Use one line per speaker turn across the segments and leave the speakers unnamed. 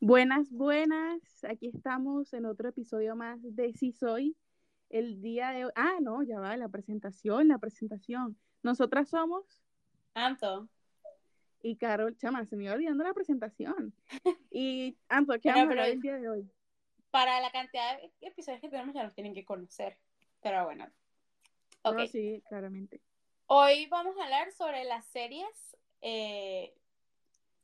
Buenas, buenas. Aquí estamos en otro episodio más de Si Soy. El día de hoy. Ah, no, ya va, la presentación, la presentación. Nosotras somos
Anto,
y Carol Chama, se me iba olvidando la presentación. Y Anto, ¿qué
Pero,
vamos a
pero-
hablar el día de hoy?
para la cantidad de episodios que tenemos ya nos tienen que conocer. Pero bueno. Ok.
No, sí, claramente.
Hoy vamos a hablar sobre las series eh,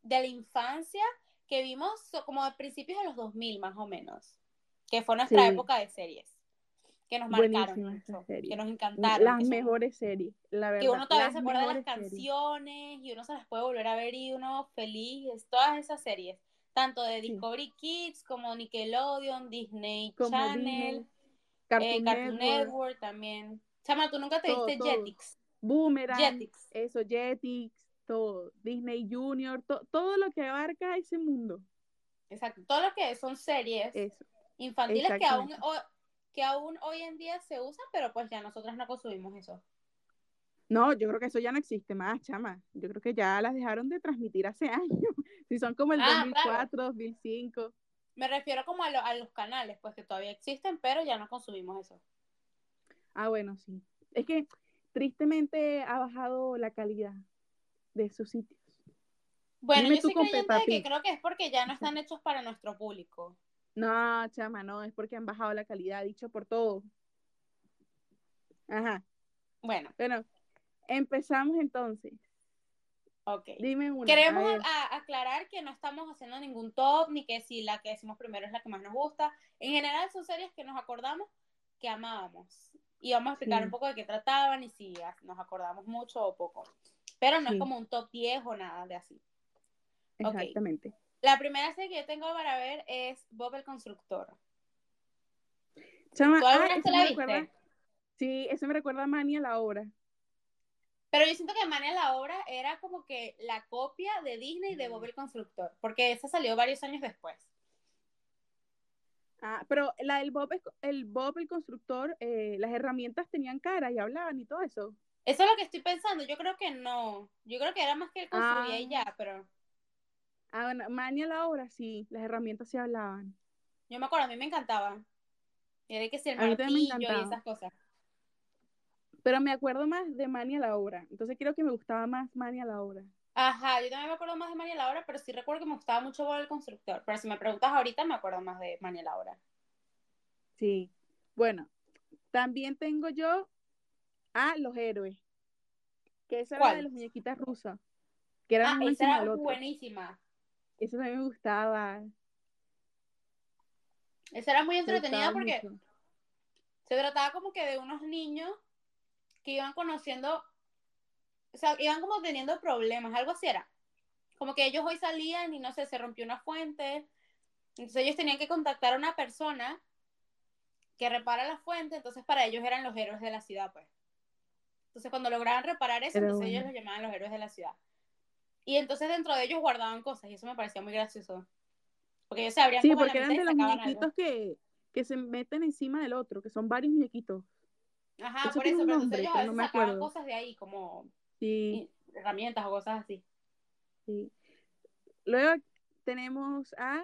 de la infancia que vimos so- como a principios de los 2000 más o menos, que fue nuestra
Sí.
época de series, que nos marcaron
Buenísimas
mucho,
esas series.
que nos encantaron.
Las
que son-
mejores series, la verdad.
que uno todavía
las
se acuerda de las
mejores series.
canciones y uno se las puede volver a ver y uno feliz, es todas esas series, tanto de
Sí.
Discovery Kids como Nickelodeon, Disney
Como
Channel,
Disney,
eh,
Cartoon,
Cartoon
Network,
Network también. Chama, tú nunca te
Todo,
viste
todo.
Jetix.
Boomerang,
Jetix.
eso, Jetix, todo, Disney Junior, to- todo lo que abarca ese mundo.
Exacto. Todo lo que son series
Eso.
infantiles que aún,
exactamente.
ho- que aún hoy en día se usan, pero pues ya nosotras no consumimos eso.
No, yo creo que eso ya no existe más, chama. Yo creo que ya las dejaron de transmitir hace años. Si son como el
Ah,
2004, 2005.
Me refiero como a, lo- a los canales, pues que todavía existen, pero ya no consumimos eso.
Ah, bueno, sí. Es que tristemente ha bajado la calidad de sus sitios.
Bueno,
Dime
yo
tú
soy
con
creyente
Peppa
de que
Pig.
creo que es porque ya no están hechos para nuestro público.
No, chama, no, es porque han bajado la calidad, dicho por todo. Ajá,
Bueno,
bueno, empezamos entonces.
ok.
Dime una.
Queremos
a ver.
a- a- aclarar que no estamos haciendo ningún top, ni que si la que decimos primero es la que más nos gusta. En general son series que nos acordamos que amábamos. Y vamos a explicar
Sí.
un poco de qué trataban y si ah, nos acordamos mucho o poco. Pero no
Sí.
es como un top 10 o nada de así. ok.
Exactamente.
La primera serie que yo tengo para ver es Bob el Constructor.
Chama,
¿Tú
ah,
alguna vez
eso
te
me
la
recuerda-
viste?
Sí, eso me recuerda a Mani a la obra.
Pero yo siento que Mania la obra era como que la copia de Disney de Bob el Constructor, porque esa salió varios años después.
Ah, pero la del Bob, es- el Bob, el constructor, eh, las herramientas tenían cara y hablaban y todo eso.
Eso es lo que estoy pensando, yo creo que no. Yo creo que era más que él construía y
Ah.
ya, pero
Ah, bueno, Mani a la obra, sí, las herramientas sí hablaban.
yo me acuerdo, a mí me encantaba. Era que si el
A mí también me
martillo y
encantaba.
esas cosas.
Pero me acuerdo más de Mani a la obra. Entonces creo que me gustaba más Mani a la obra.
Ajá, yo también me acuerdo más de Mania la obra, pero sí recuerdo que me gustaba mucho Bob el Constructor. Pero si me preguntas ahorita, me acuerdo más de Mania la obra.
Sí. Bueno, también tengo yo a los héroes. Que esa era la de
¿Cuál?
las muñequitas rusas. Que eran
Ah,
una
esa
encima del
era
otro.
buenísima.
Eso también me gustaba.
Esa era muy
me
entretenida
gustaba
porque
mucho.
se trataba como que de unos niños que iban conociendo, o sea, iban como teniendo problemas, algo así era. Como que ellos hoy salían y no sé, se rompió una fuente, entonces ellos tenían que contactar a una persona que repara la fuente, entonces para ellos eran los héroes de la ciudad, pues. Entonces cuando lograban reparar eso,
Era
entonces
bueno.
ellos los llamaban los héroes de la ciudad. Y entonces dentro de ellos guardaban cosas y eso me parecía muy gracioso. Porque ellos se abrían
Sí,
como a
porque
la
eran
mitad
de
y
los
sacaban algo.
muñequitos que, que se meten encima del otro, que son varios muñequitos.
Ajá,
eso
por
tiene
eso,
un
pero
nombre,
entonces ellos a
pero no
veces
me
sacaban
acuerdo.
cosas de ahí, como
Sí,
y- herramientas o cosas así.
sí. Luego tenemos a.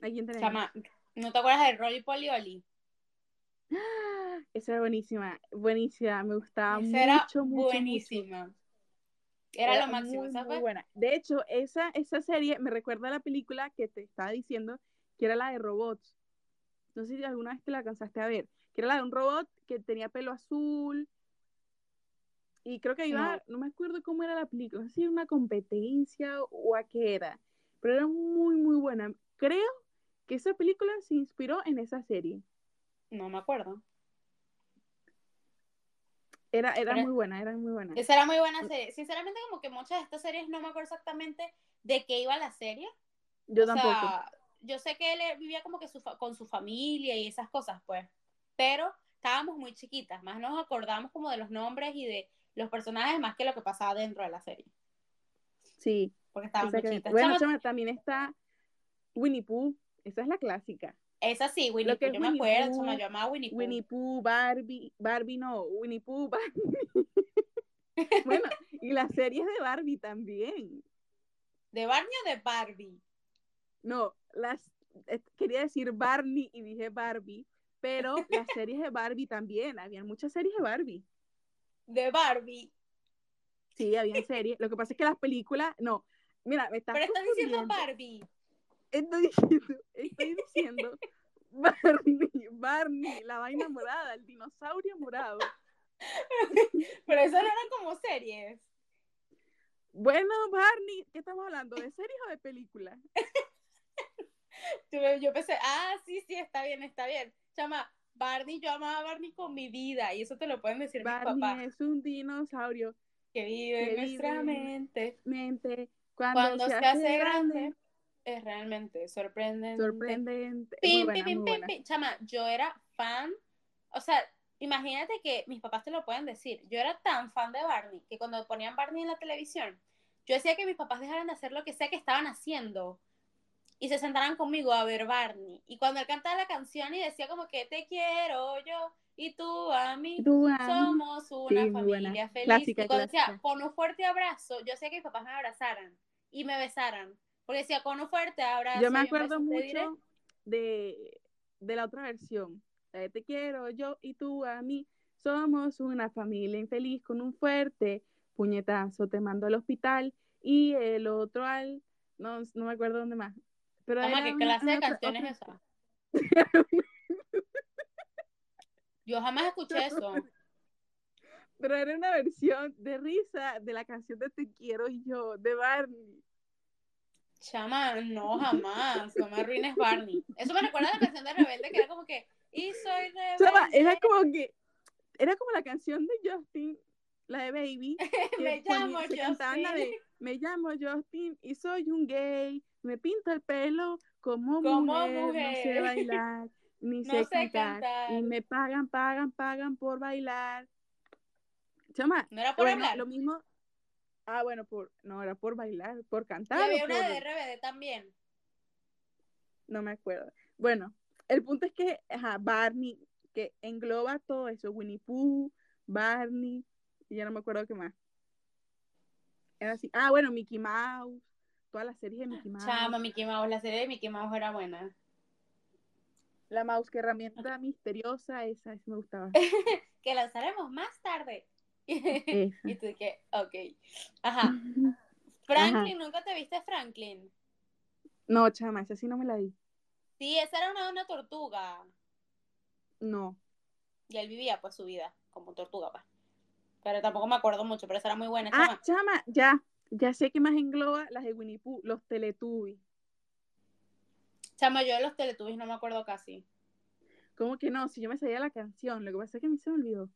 ¿A quién tenemos?
Chama, ¿no te acuerdas de Rolly Polly Oli?
¡Ah! Esa era buenísima, buenísima, me gustaba
Esa era
Ah, mucho, mucho, mucho.
buenísima. Era, lo máximo,
muy,
esa
muy
fue-
buena. De hecho, esa, esa serie me recuerda a la película que te estaba diciendo, que era la de robots. No sé si alguna vez te la alcanzaste a ver, que era la de un robot que tenía pelo azul y creo que iba, no, me acuerdo cómo era la película, no sé si era una competencia o a qué era, pero era muy, muy buena. Creo que esa película se inspiró en esa serie.
No me acuerdo.
Era, era
Pero-
muy buena, era muy buena.
Esa era muy buena serie. Sinceramente, como que muchas de estas series no me acuerdo exactamente de qué iba la serie.
Yo
o
tampoco.
sea, yo sé que él eh, vivía como que su fa- con su familia y esas cosas, pues. Pero estábamos muy chiquitas, más nos acordamos como de los nombres y de los personajes más que lo que pasaba dentro de la serie.
Sí,
Porque estábamos muy
exactamente.
chiquitas.
Bueno,
Chama,
chama, también está Winnie Pooh, esa es la clásica.
Esa sí, Winnie
Lo que es
Pooh, yo me
Winnie
acuerdo,
Pooh,
chama, yo amaba Winnie Pooh.
Winnie Pooh, Barbie, Barbie no, Winnie Pooh, Barbie. bueno, y las series de Barbie también.
¿De Barney o de Barbie?
No, las eh, quería decir Barney y dije Barbie, pero las series de Barbie también, habían muchas series de Barbie.
De Barbie.
Sí, habían series. Lo que pasa es que las películas, no. Mira, me estás
Pero estás diciendo
confundiendo.
Barbie.
Estoy diciendo, estoy diciendo Barney, Barney, la vaina morada, el dinosaurio morado.
Pero eso no eran como series.
Bueno, Barney, ¿qué estamos hablando? ¿De series o de películas?
Yo, yo pensé, ah, sí, sí, está bien, está bien. Chama, Barney, yo amaba a Barney con mi vida. Y eso te lo pueden decir mis papás.
Barney es un dinosaurio.
Que vive
que
en nuestra
vive.
mente.
Mente, cuando,
Cuando se hace grande, es realmente sorprendente.
sorprendente. Muy
Pim,
buena,
pim, pim,
muy
pim,
buena.
pim. Chama, yo era fan. O sea, imagínate que mis papás te lo pueden decir. Yo era tan fan de Barney que cuando ponían Barney en la televisión, yo decía que mis papás dejaran de hacer lo que sea que estaban haciendo y se sentaran conmigo a ver Barney. Y cuando él cantaba la canción y decía como que te quiero yo y tú a mí.
Tú, Annie.
Somos una
muy
familia
buena.
feliz.
Clásica,
y cuando decía,
clásica.
con un fuerte abrazo, yo sé que mis papás me abrazaran y me besaran. Porque decía, con un fuerte abrazo.
Yo me
y un
acuerdo
beso te diré".
mucho de, de la otra versión. La de te quiero yo y tú a mí. Somos una familia infeliz con un fuerte puñetazo. Te mando al hospital y el otro al... No, no me acuerdo dónde más. Pero
Toma,
era
¿qué
una-
clase de
una-
canción es esa? Yo jamás escuché eso.
Pero era una versión de risa de la canción de Te quiero y yo de Barney.
Chama, no, jamás. No me arruines, Barney. Eso me recuerda a la canción de Rebelde que era como que, y soy rebelde.
Chama, era como que era como la canción de Justin, la de Baby, que
Me
ponía-
llamo
se cantaban la
Justin.
de Me llamo Justin y soy un gay, me pinto el pelo como,
Como
mujer, no sé
mujer.
bailar, ni
No
sé,
sé
cantar,
cantar.
y me pagan, pagan, pagan por bailar. Chama,
No era por
bueno,
hablar.
lo mismo Ah, bueno, por no era por bailar, por
Y
cantar. o
había una
por-
de Rebelde también.
No me acuerdo. Bueno, el punto es que ajá, Barney, que engloba todo eso, Winnie Pooh, Barney, y ya no me acuerdo qué más. Era así. Ah, bueno, Mickey Mouse, todas las series de Mickey Mouse.
Chama, Mickey Mouse, la serie de Mickey Mouse era buena.
La mouse, que herramienta misteriosa, esa, esa me gustaba.
Que lanzaremos más tarde. y
Esa.
tú que, ok. Ajá. Franklin, ¿nunca te viste Franklin?
No, chama, esa sí no me la di.
Sí, esa era una, una tortuga.
No.
Y él vivía pues su vida como tortuga, pa. Pero tampoco me acuerdo mucho, pero esa era muy buena,
Ah,
chama.
chama, ya. Ya sé que más engloba las de Winnie Pooh, los Teletubbies.
Chama, yo de los Teletubbies no me acuerdo casi.
¿Cómo que no? Si yo me sabía la canción, lo que pasa es que a mí se me olvidó.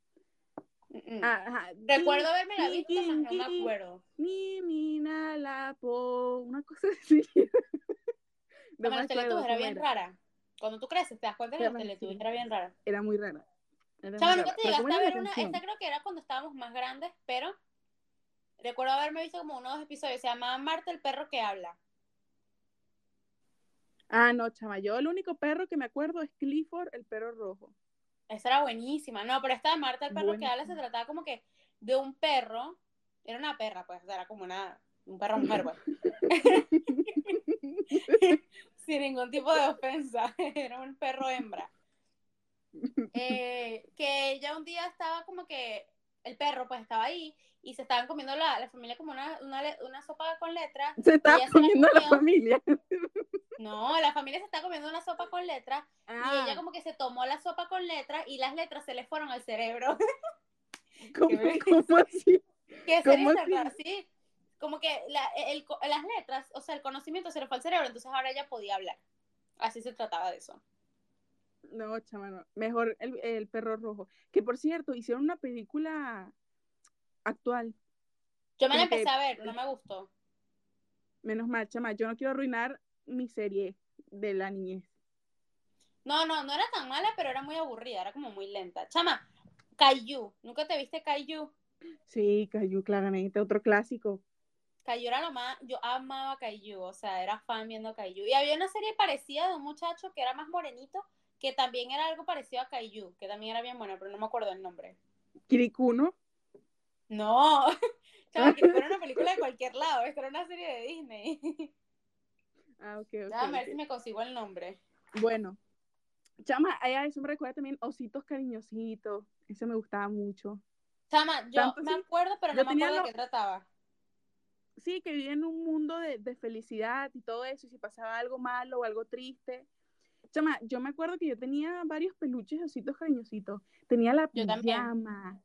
Mm-mm.
Ah, Mm, ajá.
Recuerdo haberme la visto,
Tin,
mas no me
tin,
acuerdo.
Ni mina la po, una cosa así. No
Chama,
me
los
acuerdo
Teletubbies era
cómo
bien rara. Cuando tú creces, te das cuenta que
Era
los
rara,
Teletubbies
sí.
era bien rara.
Era muy rara. Era
Chama,
muy
nunca
rara.
te
Pero
llegaste
¿cómo
a
era la
ver una.
canción?
Esta creo que era cuando estábamos más grandes, pero recuerdo haberme visto como unos episodios. Se llamaba Marta el perro que habla.
Ah, no, chama, yo el único perro que me acuerdo es Clifford, el perro rojo.
Esa era buenísima. No, pero esta de Marta el perro que habla se
Buenísima.
trataba como que de un perro. Era una perra, pues, o sea, era como una, un perro mujer, pues. Sin ningún tipo de ofensa. Era un perro hembra. Eh, que ella un día estaba como que el perro pues estaba ahí y se estaban comiendo la, la familia como una, una, le- una sopa con letras.
Se está
Ella se la
comiendo a la
comió.
familia.
No, la familia se está comiendo una sopa con letras y ella
Ah,
como que se tomó la sopa con letras y las letras se le fueron al cerebro.
¿cómo,
¿Qué ves?
cómo así?
¿Qué
¿Cómo
sería tan
así?
raro? Sí, como que la- el- las letras, o sea, el conocimiento se le fue al cerebro, entonces ahora ella podía hablar. Así se trataba de eso.
No, chama, no. Mejor el, el perro rojo. Que por cierto, hicieron una película actual.
Yo me la
Como que-
empecé a ver, no me gustó.
Menos mal, chama, yo no quiero arruinar mi serie de la niñez.
No, no, no era tan mala, pero era muy aburrida, era como muy lenta. Chama, Caillou, ¿nunca te viste Caillou?
Sí, Cayu, claramente, otro clásico.
Caillou era lo más, yo amaba Caillou, o sea, era fan viendo Caillou. Y había una serie parecida de un muchacho que era más morenito, que también era algo parecido a Caillou, que también era bien buena, pero no me acuerdo el nombre.
Kirikuno.
No, chama, que no era una película de cualquier lado, esto era una serie de Disney.
Ah, ok, ok,
Déjame ver
ok.
si me consigo el nombre.
Bueno, chama, ay, ay, eso me recuerda también ositos cariñositos. Ese me gustaba mucho.
Chama, yo
Tanto
me
sí.
acuerdo, pero
Yo
no me
tenía
acuerdo
lo-
de qué trataba.
Sí, que vivían en un mundo de, de felicidad y todo eso. Y si pasaba algo malo o algo triste. Chama, yo me acuerdo que yo tenía varios peluches de ositos cariñositos. Tenía la
Yo también.
pijama.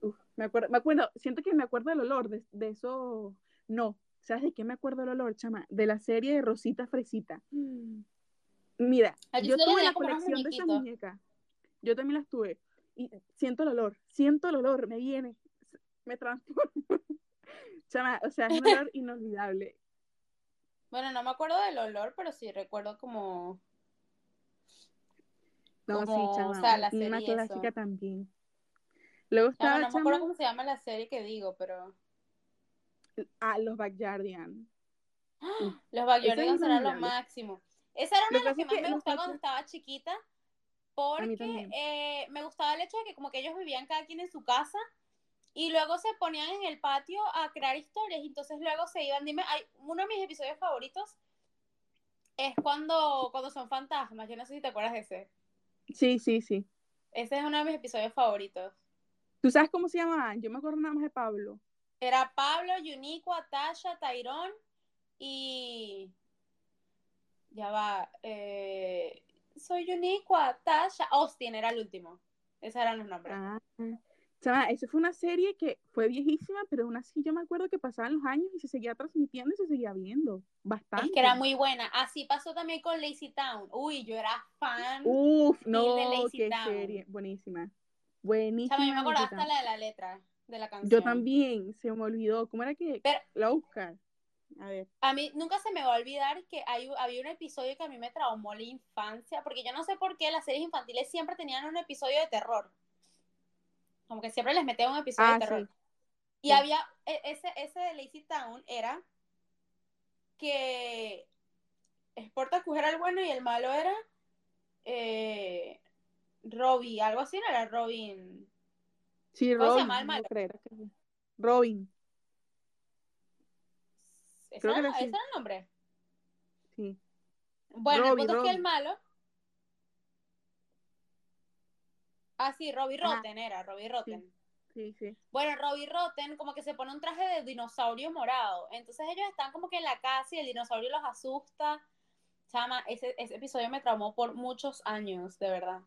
Uf, me acuerdo, me acuerdo, siento que me acuerdo del olor de, de eso. No, ¿sabes de qué me acuerdo el olor, chama? De la serie de Rosita Fresita.
Mm.
Mira,
Ah,
yo
yo solo
tuve
tenía
la
como unos
colección de esas
muñequitos.
muñecas. Yo también las tuve. Y siento el olor, siento el olor, me viene, me transformo. Chama, o sea, es un olor inolvidable.
Bueno, no me acuerdo del olor, pero sí recuerdo como.
No,
Como,
sí, chama,
o sea, la
un- una
serie, eso.
clásica también. Luego
Chama,
estaba,
no me acuerdo
chama,
cómo se llama la serie que digo, pero.
a ah, los Backyardian. Uf,
Los
esa es
Backyardigans eran lo
inolvidable.
máximo. Esa era una
Lo
de
que pasa
las que
es que
más me
los
gustaba cuando
Backyardians,
estaba chiquita,
a mí
porque
también.
eh, me gustaba el hecho de que como que ellos vivían cada quien en su casa y luego se ponían en el patio a crear historias y entonces luego se iban, dime, hay uno de mis episodios favoritos es cuando, cuando son fantasmas, yo no sé si te acuerdas de ese.
Sí, sí, sí.
Ese es uno de mis episodios favoritos.
¿Tú sabes cómo se llamaban? Yo me acuerdo nada más de Pablo.
Era Pablo, Yuniqua, Tasha, Tyrone y... Ya va. eh, Soy Yuniqua, Tasha, Austin era el último. Esos eran los nombres.
Ah. Chama, eso fue una serie que fue viejísima, pero aún así yo me acuerdo que pasaban los años y se seguía transmitiendo y se seguía viendo. Bastante.
Es que era muy buena. Así pasó también con Lazy Town. Uy, yo era fan.
Uf,
Mil de
no,
Lazy
qué
Town.
serie. Buenísima.
Chama, yo me
Buenísima.
acordaba
Lazy
hasta
Town.
la de la letra de la canción.
Yo también, se me olvidó. ¿Cómo era que
Pero-
la Oscar? A ver.
A mí nunca se me va a olvidar que hay, había un episodio que a mí me traumó la infancia, porque yo no sé por qué las series infantiles siempre tenían un episodio de terror. Como que siempre les metían un episodio
Ah,
de terror.
sí.
Y
sí.
había, e- ese, ese de Lazy Town era que Sportacus era el bueno y el malo era eh, Robbie, algo así, no era Robin.
Sí,
¿Cómo se
Robin.
llama el
no
malo?
creo que sí. Robin,
¿Ese
creo que
era,
era
ese
así.
era el nombre?
Sí.
Bueno, el
Robbie,
punto es que el
Robbie.
malo, ah sí, Robbie
Ajá.
Rotten era, Robbie Rotten.
Sí, sí.
Bueno, Robbie Rotten como que se pone un traje de dinosaurio morado. Entonces ellos están como que en la casa y el dinosaurio los asusta. Chama, ese, ese episodio me traumó por muchos años, de verdad.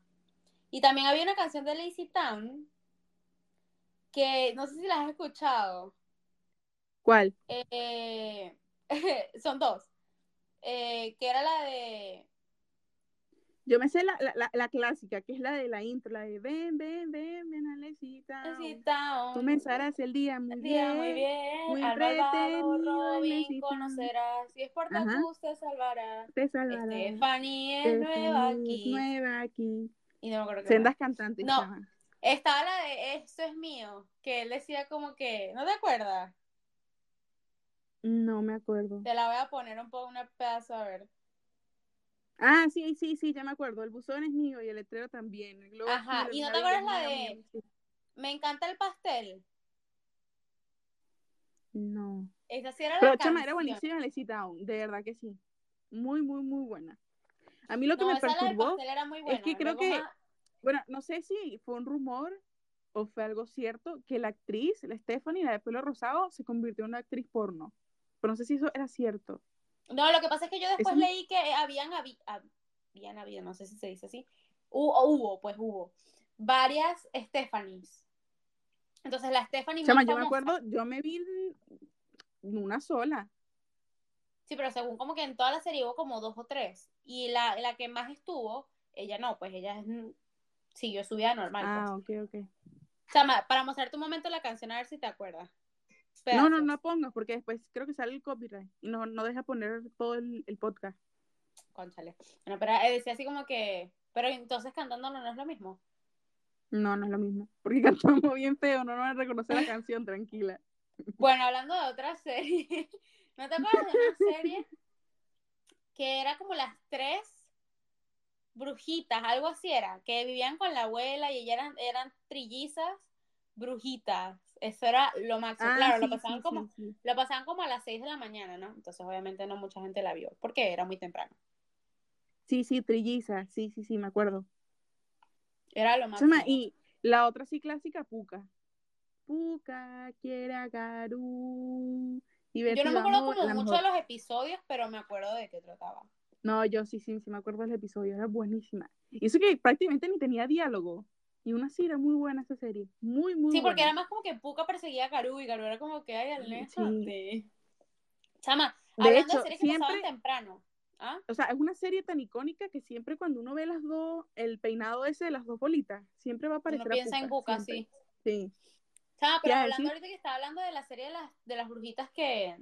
Y también había una canción de Lazy Town que no sé si la has escuchado.
¿Cuál?
Eh, son dos. Eh, que era la de...
Yo me sé la, la, la- la clásica, que es la de la intro, la de ven, ven, ven, ven a Lazy
Lazy
Town.
Town.
Comenzarás el día muy
Día muy
bien,
bien.
muy
Al malvado
entretenido en
Robin
Lazy Town.
conocerás. Y
Ajá,
Sportacus te salvará.
te salvará.
Stephanie Este, es nueva
Stephanie es
aquí.
nueva aquí.
Y no me acuerdo qué más.
Sendas cantantes,
No,
chama.
estaba la de Esto es mío, que él decía como que, ¿no te acuerdas?
No me acuerdo.
Te la voy a poner un poco, una pedazo, a ver.
Ah, sí, sí, sí, ya me acuerdo. El buzón es mío y el letrero también. El globo es
Ajá,
mío,
¿y
la
no te
navidad
acuerdas
es
la
mía, mía.
de Me encanta el pastel?
No.
Esa sí era la
Pero chama, era
canción.
buenísima Lazy Town, de verdad que sí. Muy, muy, muy buena. A mí lo que
No,
me
esa la del
perturbó
pastel era muy
es
buena.
que creo
Luego
que,
más,
bueno, no sé si fue un rumor o fue algo cierto, que la actriz, la Stephanie, la de pelo rosado, se convirtió en una actriz porno. Pero no sé si eso era cierto.
No, lo que pasa es que yo
Eso
después
me-
leí que habían, habi- habían habido, no sé si se dice así, hu- o hubo, pues hubo, varias Stephanies. Entonces la Stephanie más
Chama, yo me
famosa,
acuerdo, yo me vi en una sola.
sí, pero según como que en toda la serie hubo como dos o tres, y la, la que más estuvo, ella no, pues ella es- siguió su vida normal, pues.
Ah, ok, ok.
Chama, para mostrarte un momento la canción, a ver si te acuerdas.
No, no,
Pedazos.
no pongas, porque después creo que sale el copyright y no, no deja poner todo el, el podcast.
Cónchale. Bueno, pero eh, decía así como que, pero entonces cantándolo no es lo mismo.
No, no es lo mismo. Porque cantamos bien feo, no nos van a reconocer la canción, tranquila.
Bueno, hablando de otra serie, ¿no te acuerdas de una serie que era como las tres brujitas, algo así era, que vivían con la abuela y ellas eran, eran trillizas, brujitas. Eso era lo máximo.
Ah,
claro, lo
sí,
pasaban
sí,
como,
sí, sí.
lo pasaban como a las 6 de la mañana, ¿no? Entonces, obviamente, no mucha gente la vio, porque era muy temprano.
Sí, sí, trilliza, sí, sí, sí, me acuerdo.
Era lo máximo.
Chama, y la otra sí clásica, Puca. Puca, quiera Garú.
Yo no me acuerdo como
la
mucho
mejor.
de los episodios, pero me acuerdo de qué trataba.
No, yo sí, sí, sí me acuerdo del episodio, era buenísima. Y eso que prácticamente ni tenía diálogo. Y una sí era muy buena esa serie, muy, muy
Sí, porque era
buena.
más como que Puka perseguía a Garú y Garú era como que, ay,
Sí.
aléjate. Chama,
De
hablando
hecho,
de series que
siempre,
pasaban temprano. ¿Ah?
o sea, es una serie tan icónica que siempre cuando uno ve las dos, el peinado ese de las dos bolitas, siempre va a
Uno
aparecer a
piensa en
Puca,
Puka,
siempre.
sí.
Sí.
Chama,
¿Qué
pero
iba a
hablando
decir?
ahorita que estaba hablando de la serie de las, de las brujitas que,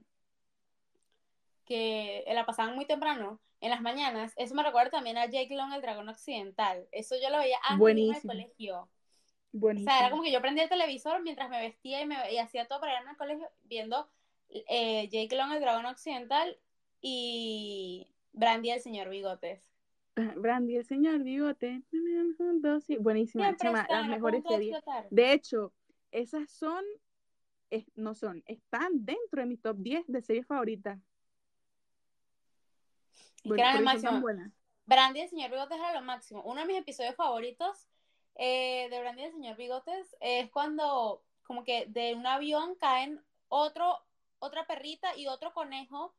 que la pasaban muy temprano, en las mañanas, eso me recuerda también a Jake Long, el dragón occidental. Eso yo lo veía antes de irme al
Buenísimo,
colegio. O sea, era
buenísimo.
como que yo prendía el televisor mientras me vestía y, me, y hacía todo para irme al colegio viendo eh, Jake Long, el dragón occidental, y Brandy, el señor Bigotes.
Brandy, el señor bigote, vivían juntos, sí. Buenísima,
Siempre
chama, las
están a
mejores
punto de
series.
explotar.
De hecho, esas son, es- no son, están dentro de mi top 10 de series favoritas,
Es que
bueno,
eran
porque
lo
son tan
máximo.
buenas.
Brandy, el señor Bigotes era lo máximo. Uno de mis episodios favoritos eh, de Brandy, el señor Bigotes es cuando como que de un avión caen otro, otra perrita y otro conejo.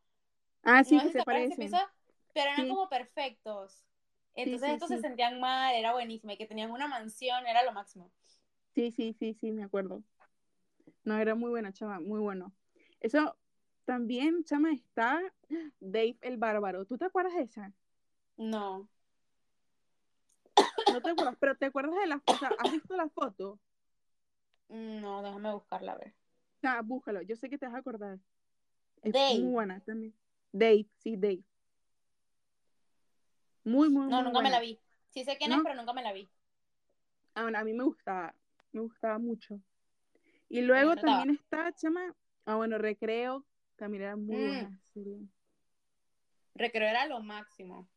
Ah, sí,
No
que
sé si te
se
acuerdas de ese
parecen.
episodio, pero eran
Sí,
como perfectos.
sí,
Entonces
sí,
estos se
sí.
sentían mal, era buenísimo. Y que tenían una mansión, era lo máximo.
Sí, sí, sí, sí, me acuerdo. No, era muy buena, chama, muy bueno. Eso también, chama, está Dave el Bárbaro. ¿Tú te acuerdas de esa?
No.
No te acuerdas, pero te acuerdas de la, o sea, ¿has visto la foto? O
No, déjame buscarla a ver.
sea, búscalo, yo sé que te vas a acordar. Es muy
Dave.
buena también. Dave, sí, Dave. Muy, muy,
No,
muy
nunca me la
buena,
vi. Sí sé quién es,
¿no?
pero nunca me la vi.
Ah, bueno, a mí me gustaba, me gustaba mucho. Y
¿De qué
luego
trataba?
también está, chama, ah, bueno, Recreo, también era muy
Mm,
buena serie.
Recreo era lo máximo.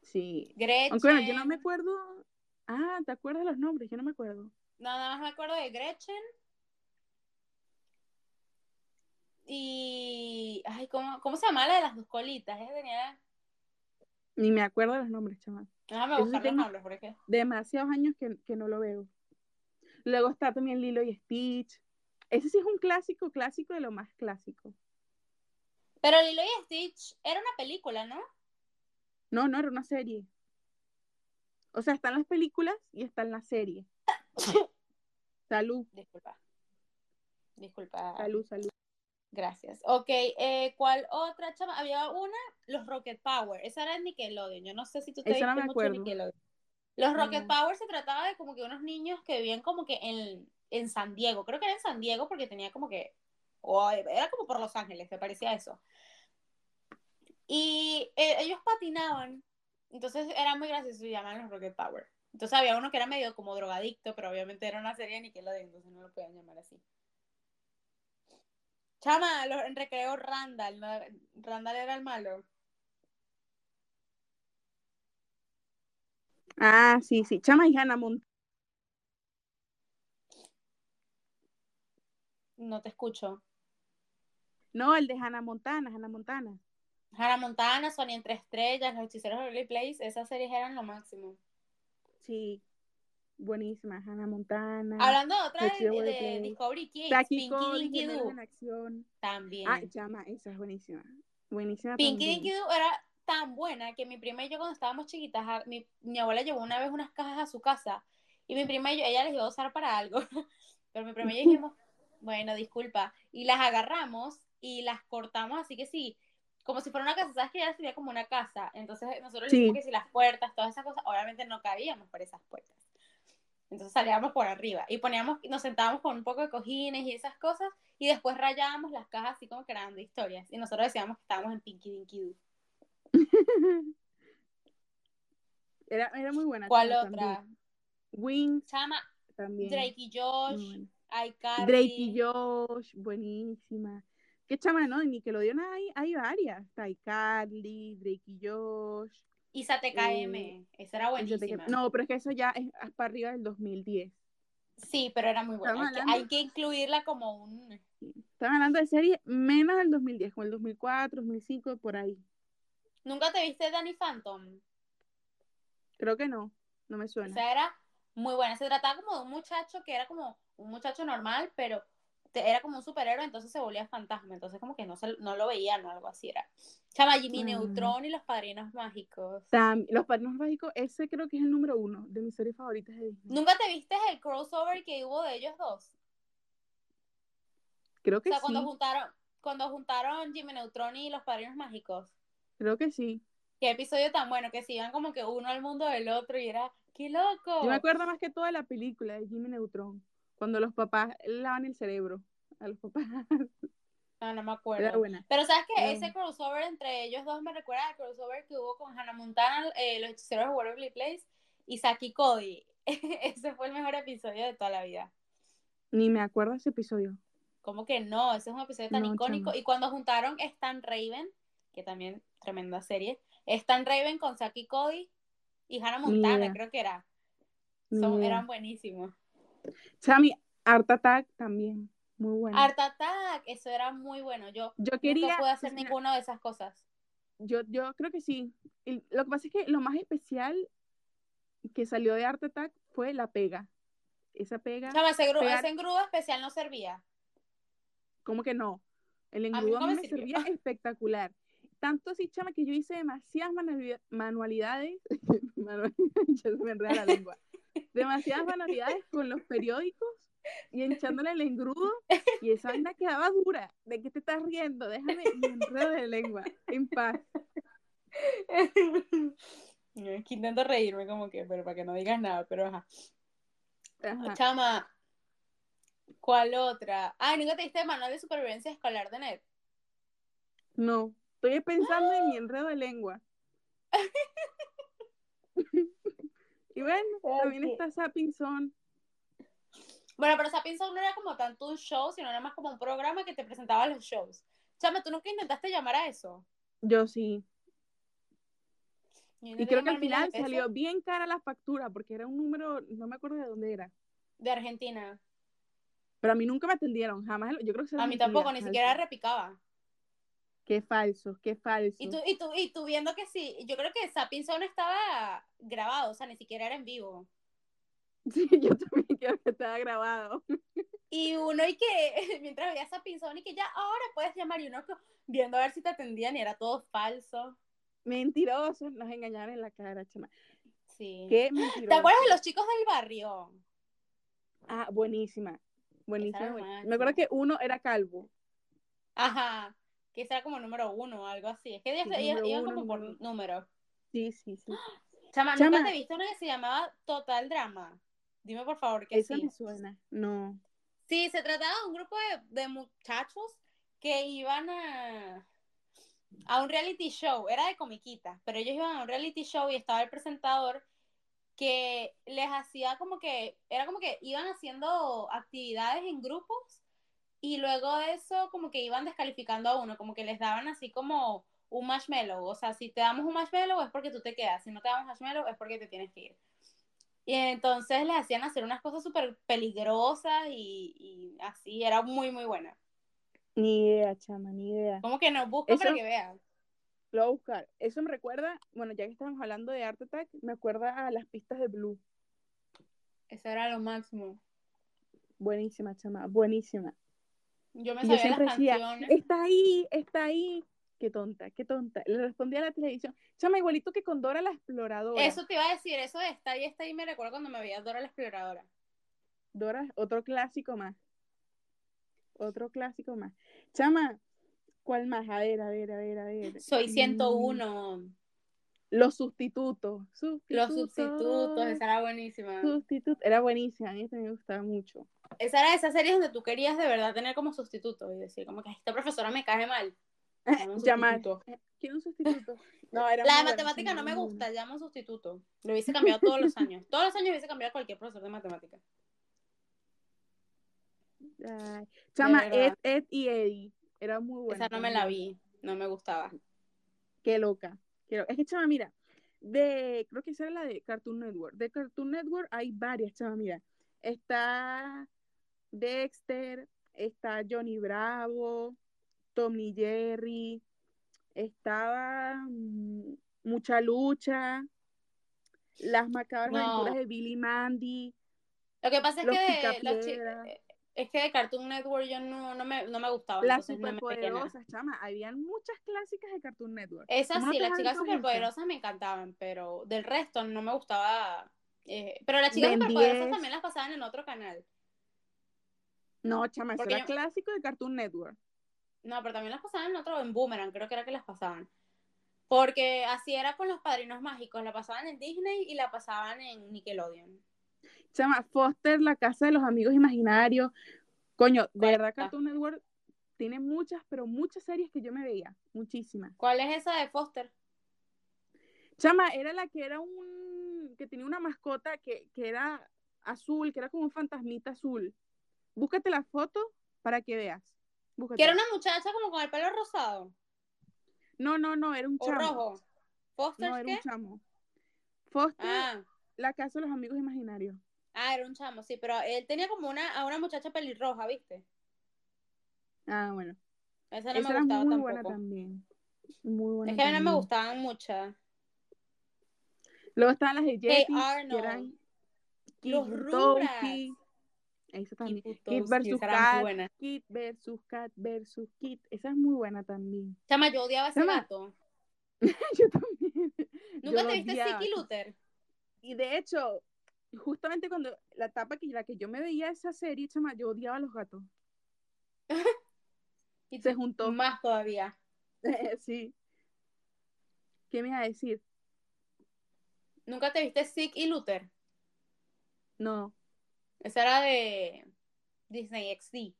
Sí. Aunque bueno, yo no me
Gretchen.
acuerdo. Ah, ¿te acuerdas los nombres? Yo no me acuerdo.
Nada más me acuerdo de Gretchen y. Ay, ¿cómo, cómo se llama la de las dos colitas? Esa tenía.
Ni me acuerdo los nombres, chama.
Déjame
Eso sí
buscar los
tengo
nombres, porque.
demasiados años que, que no lo veo. Luego está también Lilo y Stitch. Ese sí es un clásico, clásico de lo más clásico.
Pero Lilo y Stitch era una película, ¿no?
No, no, era una serie. O sea, están las películas y están la serie. Salud,
Disculpa, disculpa.
salud, salud.
Gracias. Ok, eh, ¿cuál otra chama? Había una, los Rocket Power. Esa era de Nickelodeon. Yo no sé si tú te
Eso no
viste
me
mucho de
acuerdo.
Nickelodeon. Los Rocket
No.
Power se trataba de como que unos niños que vivían como que en, en San Diego. Creo que era en San Diego porque tenía como que. o era como por Los Ángeles, me parecía eso. Y eh, ellos patinaban. Entonces era muy gracioso y llamaban los Rocket Power. Entonces había uno que era medio como drogadicto, pero obviamente era una serie de Nickelodeon, entonces no lo podían llamar así. Chama, lo, en recreo Randall. ¿no? Randall era el malo.
Ah, sí, sí. Chama y Hannah Montana.
No te escucho.
No, el de Hannah Montana, Hannah Montana.
Hannah Montana, Sonia entre estrellas, Los hechiceros de Waverly Place, esas series eran lo máximo.
Sí, buenísima. Hannah Montana,
Hablando de otra
Los Hechizos
de,
de Waverly
de
Place.
Discovery Kids,
Jackie
Pinky
Cole,
Dinky
Gemelos
Doo,
en Acción. Ah,
también.
llama, esa es buenísima. Buenísima
Pinky Dinky
también.
Doo era tan buena que mi prima y yo cuando estábamos chiquitas, a- mi, mi abuela llevó una vez unas cajas a su casa y mi prima y yo, ella les iba a usar para algo, pero mi prima y yo dijimos, bueno, disculpa, y las agarramos y las cortamos, así que sí, como si fuera una casa, ¿sabes que ya sería como una casa? Entonces nosotros le
Sí,
hicimos que si las puertas, todas esas cosas, obviamente no cabíamos por esas puertas. Entonces salíamos por arriba y poníamos, nos sentábamos con un poco de cojines y esas cosas y después rayábamos las cajas así como creando historias y nosotros decíamos que estábamos en Pinky Dinky Doo.
era, era muy buena,
¿Cuál
chama, Ah, también.
otra?
Wings,
Chama, Drake
también,
y
muy
Josh,
buena. Drake y
iCarly,
Josh, buenísima. Qué chama, ¿no? Ni que lo dio hay, hay varias. Está ahí Carly, Drake y Josh.
Isa
eh,
TKM, esa era
esa te que-
buenísima.
No, pero es que eso ya es hasta arriba del 2010.
Sí, pero era muy buena.
Estamos
Hay que,
hablando-
hay que incluirla como un...
Están hablando de series menos del 2010, como el 2004, 2005, por ahí.
¿Nunca te viste Danny Phantom?
Creo que no, no me
O
suena.
sea, era muy buena. Se trataba como de un muchacho que era como un muchacho normal, pero te- era como un superhéroe, entonces se volvía fantasma. Entonces como que no, se, no lo veían o algo así era. Chama Jimmy
Mm.
Neutron y los padrinos mágicos.
Tam- Los Padrinos Mágicos, ese creo que es el número uno de mis series favoritas de Disney.
¿Nunca te viste el crossover que hubo de ellos dos?
Creo
O
que
sea,
sí,
cuando juntaron, cuando juntaron Jimmy Neutron y los padrinos mágicos.
creo que sí.
Qué episodio tan bueno que se iban como que uno al mundo del otro y era, ¡qué loco!
Yo me acuerdo más que todo de la película de Jimmy Neutron, cuando los papás lavan el cerebro a los papás.
No, no me
Era
acuerdo.
buena.
Pero sabes que
Era
ese
buena.
crossover entre ellos dos me recuerda al crossover que hubo con Hannah Montana, eh, los hechiceros de Waverly Place y Saki Cody. ese fue el mejor episodio de toda la vida.
Ni me acuerdo de ese episodio.
¿Cómo que no? Ese es un episodio tan
No,
icónico.
chamo.
Y cuando juntaron Stan Raven, que también tremenda serie, Stan Raven con Saki Cody y Hannah
Ni
Montana,
idea.
creo que era.
Ni
Son-
idea.
eran buenísimos.
Sammy, Art Attack también, muy buena.
Art Attack, eso era muy bueno. Yo
yo
nunca
quería,
pude hacer
o sea,
ninguna de esas cosas.
yo, yo creo que sí. Y lo que pasa es que lo más especial que salió de Art Attack fue la pega. Esa pega,
Chama, ese, gru-
Pegar-
ese engrudo especial no servía.
como que no. El
mí
engrudo
no
a mí
me
me
sirvió.
servía espectacular. Tanto así, chama, que yo hice demasiadas manualidad- manualidades. manual- ya se me enreda la lengua. Demasiadas manualidades con los periódicos y echándole el engrudo. Y esa vaina quedaba dura. ¿De qué te estás riendo? Déjame me enredo de lengua. En paz.
No, es que intento reírme como que, pero para que no digas nada, pero ajá.
Ajá.
Chama, ¿cuál otra? Ah, nunca te diste manual de supervivencia escolar de NET.
No, estoy pensando en mi enredo de lengua. y bueno, también
Ok.
está Zapping Zone.
Bueno, pero Sapien Sound no era como tanto un show, sino era más como un programa que te presentaba los shows. Chama, ¿tú nunca intentaste llamar a eso?
Yo sí. Y
Yo intenté
creo que al
llamar miles de
final
veces
salió bien cara la factura, porque era un número, no me acuerdo de dónde era.
De Argentina.
Pero a mí nunca me atendieron, jamás. lo- Yo creo que eso era
A mí
mentira,
tampoco, ni
falso.
siquiera repicaba.
Qué falso, qué falso.
Y tú, y tú, y tú viendo que sí, yo creo que Sapinson estaba grabado, o sea, ni siquiera era en vivo.
Sí, yo también creo que estaba grabado.
Y uno y que, mientras veía Sapinson y que ya ahora puedes llamar, y uno co- viendo a ver si te atendían y era todo falso.
Mentirosos, nos engañaron en la cara, chama.
Sí.
Qué
¿Te
mentirosos.
acuerdas de los chicos del barrio?
Ah, buenísima. Buenísima.
Esa
buenísima.
era
Me acuerdo
máxima.
que uno era calvo.
Ajá, que ese era como número uno o algo así. Es que ellos,
Sí,
ellos-
número
iban
uno,
como por
número-
número.
Sí, sí, sí.
Chama,
Chama.
¿nunca te viste una que se llamaba Total Drama? Dime por favor que
Eso
sí.
me suena. No.
Sí, se trataba de un grupo de, de muchachos que iban a, a un reality show, era de comiquita, pero ellos iban a un reality show y estaba el presentador que les hacía como que, era como que iban haciendo actividades en grupos y luego de eso como que iban descalificando a uno, como que les daban así como un marshmallow, o sea, si te damos un marshmallow es porque tú te quedas, si no te damos marshmallow es porque te tienes que ir. Y entonces les hacían hacer unas cosas súper peligrosas y, y así, era muy, muy buena.
Ni idea, chama, ni idea.
Como que nos busca
Eso-
para que vean.
Lo voy a buscar. Eso me recuerda, bueno, ya que estamos hablando de Art Attack, me acuerda a las pistas de Blue.
Eso era lo máximo.
Buenísima, chama, buenísima.
Yo me
Y yo
sabía las
siempre decía,
canciones.
está ahí, está ahí. Qué tonta, qué tonta. Le respondía a la televisión, chama, igualito que con Dora la Exploradora.
Eso te iba a decir, eso de esta y esta y me recuerdo cuando me veía Dora la Exploradora.
Dora, otro clásico más. Otro clásico más. Chama, ¿cuál más? A ver, a ver, a ver, a ver.
Soy
Mm,
101,
Los sustitutos.
Los Sustitutos, esa era buenísima.
Sustituto. Era buenísima, a mí también me gustaba mucho.
Esa era de esas series donde tú querías de verdad tener como sustituto y decir como que "Ay, esta profesora me cae mal. Llama un
Llamar.
sustituto.
¿Quién un sustituto? No, era muy
La de
buena,
matemática
sí,
no me
muy
gusta, llama un sustituto. Lo hubiese cambiado todos los años. Todos los años hubiese cambiado cualquier profesor de matemática.
buena. Ay. Chama, Ed,
verdad.
Ed y Eddie. Era muy buena.
Esa no me la vi, no me gustaba.
Qué loca. Qué loca. Es que, chama, mira, de, creo que esa era la de Cartoon Network. De Cartoon Network hay varias, chama, mira. Está Dexter, está Johnny Bravo, Tommy Jerry, estaba mm, Mucha Lucha, Las Macabras
No.
Aventuras de Billy Mandy.
Lo que pasa es
Los
que de, los
Picapiedra.
chi- es que de Cartoon Network yo no, no, me, no me gustaba.
Las
entonces no me metía nada.
superpoderosas, chama. Habían muchas clásicas de Cartoon Network.
Esas
¿Cómo no
sí,
te
las
has
chicas
visto gente?
superpoderosas me encantaban, pero del resto no me gustaba. eh, pero las chicas
Ben
superpoderosas
10.
también las pasaban en otro canal.
No, chama, eso
Porque
era
yo-
clásico de Cartoon Network.
No, pero también las pasaban en otro, en Boomerang, creo que era que las pasaban. Porque así era con los padrinos mágicos, la pasaban en Disney y la pasaban en Nickelodeon.
Chama, Foster, la casa de los amigos imaginarios. Coño, de verdad
está?
Cartoon Network tiene muchas, pero muchas series que yo me veía. Muchísimas.
¿Cuál es esa de Foster?
Chama, era la que era un... que tenía una mascota que, que era azul, que era como un fantasmita azul. Búscate la foto para que veas.
Que
Búscatela.
era una muchacha como con el pelo rosado
No, no, no, era un
o
chamo.
rojo. ¿Foster
No, era
qué?
un chamo. Foster,
Ah,
la casa de los amigos imaginarios.
ah, era un chamo, sí, pero él tenía como una, a una muchacha pelirroja, ¿viste?
Ah, bueno.
Esa no
Esa
me
era muy
gustaba tampoco.
buena también. Muy buena.
Es que a mí no me
también.
gustaban muchas.
Luego estaban las de Jetty,
Arnold. Los
Rugrats. Esa también. Kid
Kiputowski,
versus
esa era muy
Cat,
buena.
Kid versus Cat versus Kid. Esa es muy buena también.
Chama, yo odiaba a ese
Chama,
gato.
Yo también. Yo
¿Nunca
lo
te viste
odiaba.
Siki Luther?
Y de hecho, justamente cuando la etapa que la que yo me veía esa serie, chama, yo odiaba a los gatos.
Y
Se juntó.
más todavía.
sí. ¿Qué me iba a decir?
¿Nunca te viste Sick y Luther?
No.
Esa era de Disney XD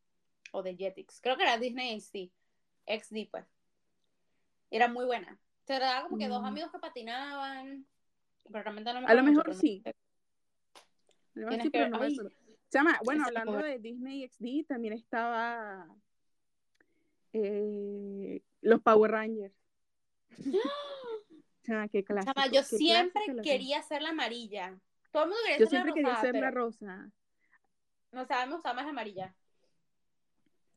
o de Jetix. Creo que era Disney XD. XD, pues. Era muy buena. Se trataba como que dos
Mm.
amigos que patinaban. Pero realmente no me
A lo
acuerdo mucho,
mejor
pero-
sí. Lo demás
Tienes
sí,
que
pero
ver-
no me
ay.
acuerdo. Chama, bueno,
Esa es
hablando
muy
de Disney XD, también estaba eh, los Power Rangers. Chama, qué clásico.
Chama, yo
qué
siempre
clásico, la
quería ser la amarilla. Todo el mundo
cosa.
quería
Yo
ser
siempre
la
quería
rosada,
ser la
pero
rosa.
no, o sea, me gustaba más la amarilla.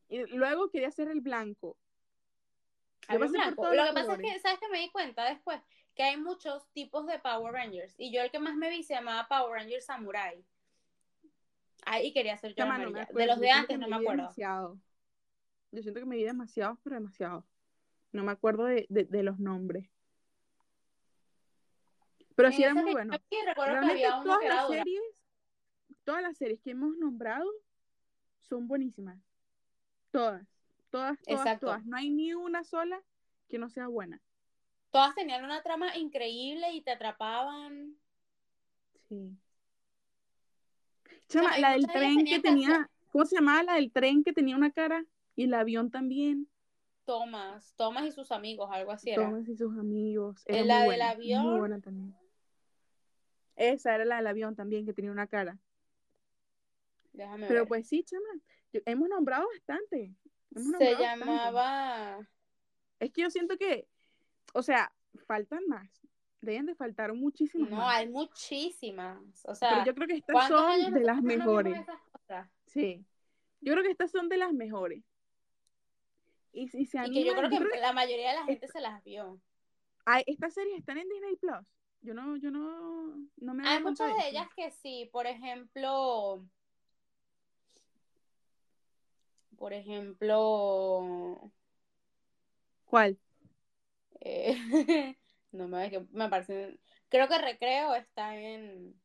Y luego quería ser el blanco. Yo
Había
pasé por
un blanco.
todos
Lo
los
que pasa es
colores.
que, ¿sabes que Me di cuenta después que hay muchos tipos de Power Rangers. Y yo el que más me vi se llamaba Power Ranger Samurai. Ahí quería ser yo
Chama, no me
amarilla.
acuerdo.
de los de
Yo siento
antes
que
no me
vi
acuerdo.
demasiado. Yo siento que me vi demasiado, pero demasiado. No me acuerdo de, de- de los nombres. Pero sí
En
era
esa
muy
que
bueno.
yo vi, recuerdo
Realmente
que había uno
todas
que era
las
dorado.
series, todas las series que hemos nombrado son buenísimas. Todas, todas, todas,
Exacto.
todas. No hay ni una sola que no sea buena.
Todas tenían una trama increíble y te atrapaban.
Sí. Chama,
Chama, y
la del
muchas de ellas
tren que
tenían que
tenía, ¿cómo se llamaba? La del tren que tenía una cara y el avión también.
Thomas, Thomas y sus amigos, algo así era.
Thomas y sus amigos. Era
Eh,
muy
la del
buena,
avión.
Muy buena también. Esa era la del avión también, que tenía una cara.
Déjame
Pero
ver.
pues sí, chama, yo- hemos nombrado bastante. Hemos
se
nombrado bastante.
llamaba.
Es que yo siento que, o sea, faltan más. Deben de faltar muchísimas
No,
más.
hay muchísimas. O sea,
Pero yo creo que estas
¿cuántos
son
años
de las
nosotros no vimos
mejores.
esas cosas?
Sí. Yo creo que estas son de las mejores. Y si se
Y que
animan,
yo creo que
yo creo que-
la mayoría de la gente se las vio.
ay, estas series están en Disney Plus. Yo no, yo no, no me
Hay
doy cuenta
muchas de
eso.
ellas que sí, por ejemplo, por ejemplo,
¿Cuál?
eh, no me, que me parecen, creo que Recreo está en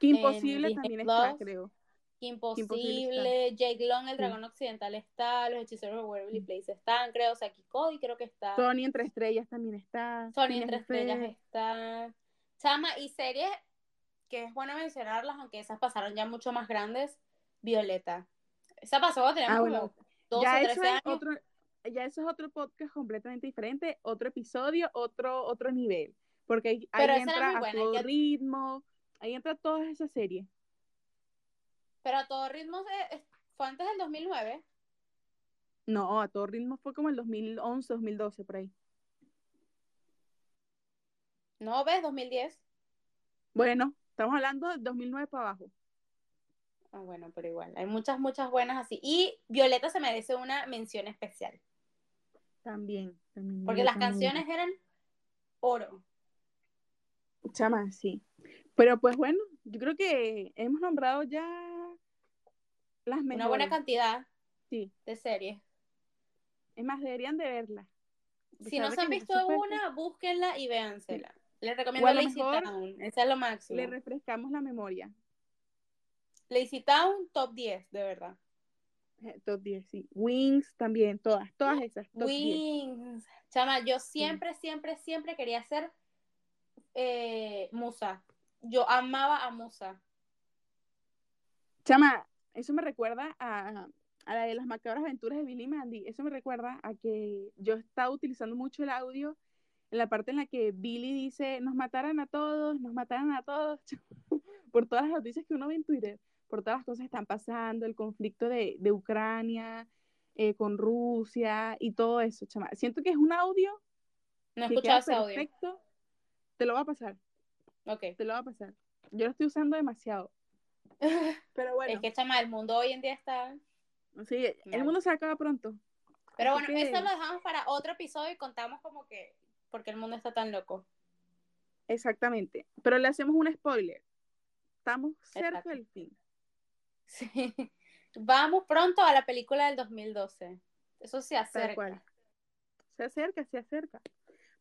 Que
En
Imposible
Disney
también está,
Plus.
creo. Imposible
Imposible, Jake Long, el dragón occidental está, los hechiceros de Waverly Place están, creo, Saki Cody creo que está,
Tony entre estrellas también está.
Sony
Phineas
entre
y Ferb.
estrellas está, Chama y series que es bueno mencionarlas, aunque esas pasaron ya mucho más grandes, Violeta. Esa pasó cuando teníamos
Ah, bueno.
como 12
ya eso
13
es
años.
otro ya eso es otro podcast completamente diferente otro episodio otro otro nivel porque ahí, ahí
Pero esa era
entra
muy
a
buena,
todo
ya-
ritmo ahí entra todas esas series
Pero a todo ritmo eh, eh, fue antes del 2009.
no a todo ritmo fue como el 2011 2012 por ahí
No, ves, 2010.
bueno estamos hablando de 2009 para abajo
Ah, bueno, pero igual, hay muchas, muchas buenas así. Y Violeta se merece una mención especial,
También, también.
porque
me
las
gusta mucho.
canciones eran oro.
Chama, sí. Pero pues bueno, yo creo que hemos nombrado ya las mejores.
Una buena cantidad
Sí.
de series.
Es más, deberían de verlas.
Si no
Sabe
se han
que
visto
súper-
una, búsquenla y véansela. Les recomiendo
O a lo
Lazy
mejor
Town, esa es lo máximo.
Le refrescamos la memoria.
Lazy Town, top 10, de verdad.
Eh, Top 10, sí. Wings también, todas, todas esas. Top 10.
Wings. Chama, yo siempre, siempre, siempre quería ser eh, Musa. Yo amaba a Musa.
Chama, eso me recuerda a, a la de las macabras aventuras de Billy Mandy. Eso me recuerda a que yo estaba utilizando mucho el audio en la parte en la que Billy dice, nos mataran a todos, nos mataran a todos, por todas las noticias que uno ve en Twitter, por todas las cosas que están pasando, el conflicto de, de Ucrania eh, con Rusia y todo eso, chama. Siento que es un audio
No he
que
escuchado
queda
ese audio.
perfecto. Te lo va a pasar,
Ok.
te lo va a pasar. Yo lo estoy usando demasiado, pero bueno.
Es que, chama, el mundo hoy en día está...
Sí, el
Mal.
mundo se acaba pronto.
Pero
Así
bueno,
que-
eso lo dejamos para otro episodio y contamos como que... Porque el mundo está tan loco.
Exactamente. Pero le hacemos un spoiler. Estamos cerca
Exacto.
del fin.
Sí. Vamos pronto a la película del 2012. Eso se
Tal
acerca.
cual. Se acerca, se acerca.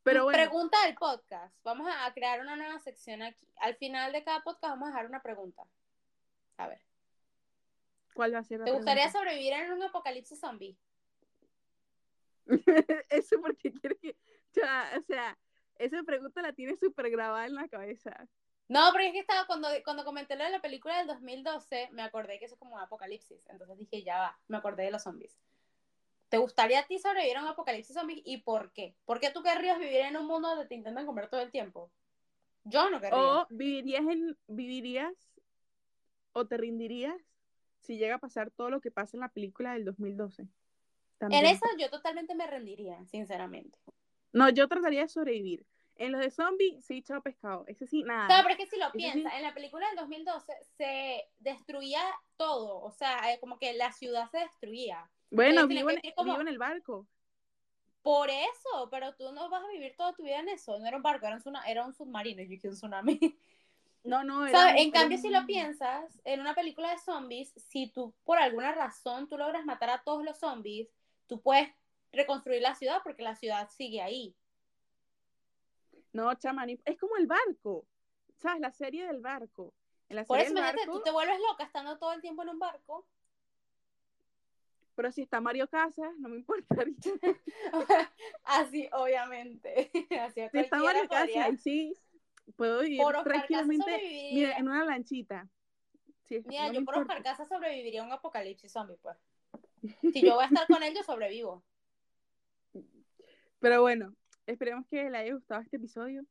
Pero bueno,
Pregunta del podcast. Vamos a, a crear una nueva sección aquí. Al final de cada podcast vamos a dejar una pregunta. A ver.
¿cuál va a ser la
¿Te gustaría
pregunta?
sobrevivir en un apocalipsis zombie?
Eso porque quiere que. ya, O sea, esa pregunta la tiene súper grabada en la cabeza.
No, porque es que estaba cuando, cuando comenté lo de la película del 2012, me acordé que eso es como un apocalipsis. Entonces dije, ya va, me acordé de los zombies. ¿Te gustaría a ti sobrevivir a un apocalipsis zombie y por qué? ¿Por qué tú querrías vivir en un mundo donde te intentan comer todo el tiempo? Yo no querría.
O vivirías en. Vivirías o te rindirías si llega a pasar todo lo que pasa en la película del 2012.
En
También.
esa yo totalmente me rendiría, sinceramente.
No, yo trataría de sobrevivir. En los de zombie, sí, chao pescado. Ese sí, nada.
No, pero es que si lo
sí.
piensas, en la película del 2012 se destruía todo, o sea, eh, como que la ciudad se destruía.
Bueno,
Entonces, tiene
vivo
que
en,
vivir como-
vivo en el barco.
Por eso, pero tú no vas a vivir toda tu vida en eso. No era un barco, era un, tsuna- era un submarino, yo dije un tsunami.
No, no, era
¿Sabes?
un-
En cambio,
era
si lo
un-
piensas, en una película de zombies, si tú por alguna razón tú logras matar a todos los zombies, tú puedes reconstruir la ciudad porque la ciudad sigue ahí.
No, chama, ni- es como el barco. ¿Sabes? La serie del barco. En la
Por
serie
eso,
del
imagínate,
barco,
tú te vuelves loca estando todo el tiempo en un barco.
pero si está Mario Casas, no me importaría. si
Así, obviamente. Así a
está
cualquiera
Mario
podría.
Casas, ahí sí, puedo vivir
Por Oscar Casas
tranquilamente. Mira,
sobreviviría.
en una lanchita. Sí,
Mira,
no me
yo por Oscar
importa.
Casas sobreviviría a un apocalipsis zombie, pues. Si yo voy a estar con él, yo sobrevivo.
Pero bueno, esperemos que le haya gustado este episodio.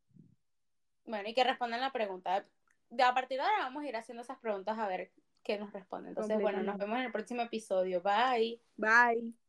Bueno, y que respondan la pregunta. De a partir de ahora vamos a ir haciendo esas preguntas a ver qué nos responden. Entonces, bueno, nos
Completamente.
vemos en el próximo episodio. Bye.
Bye.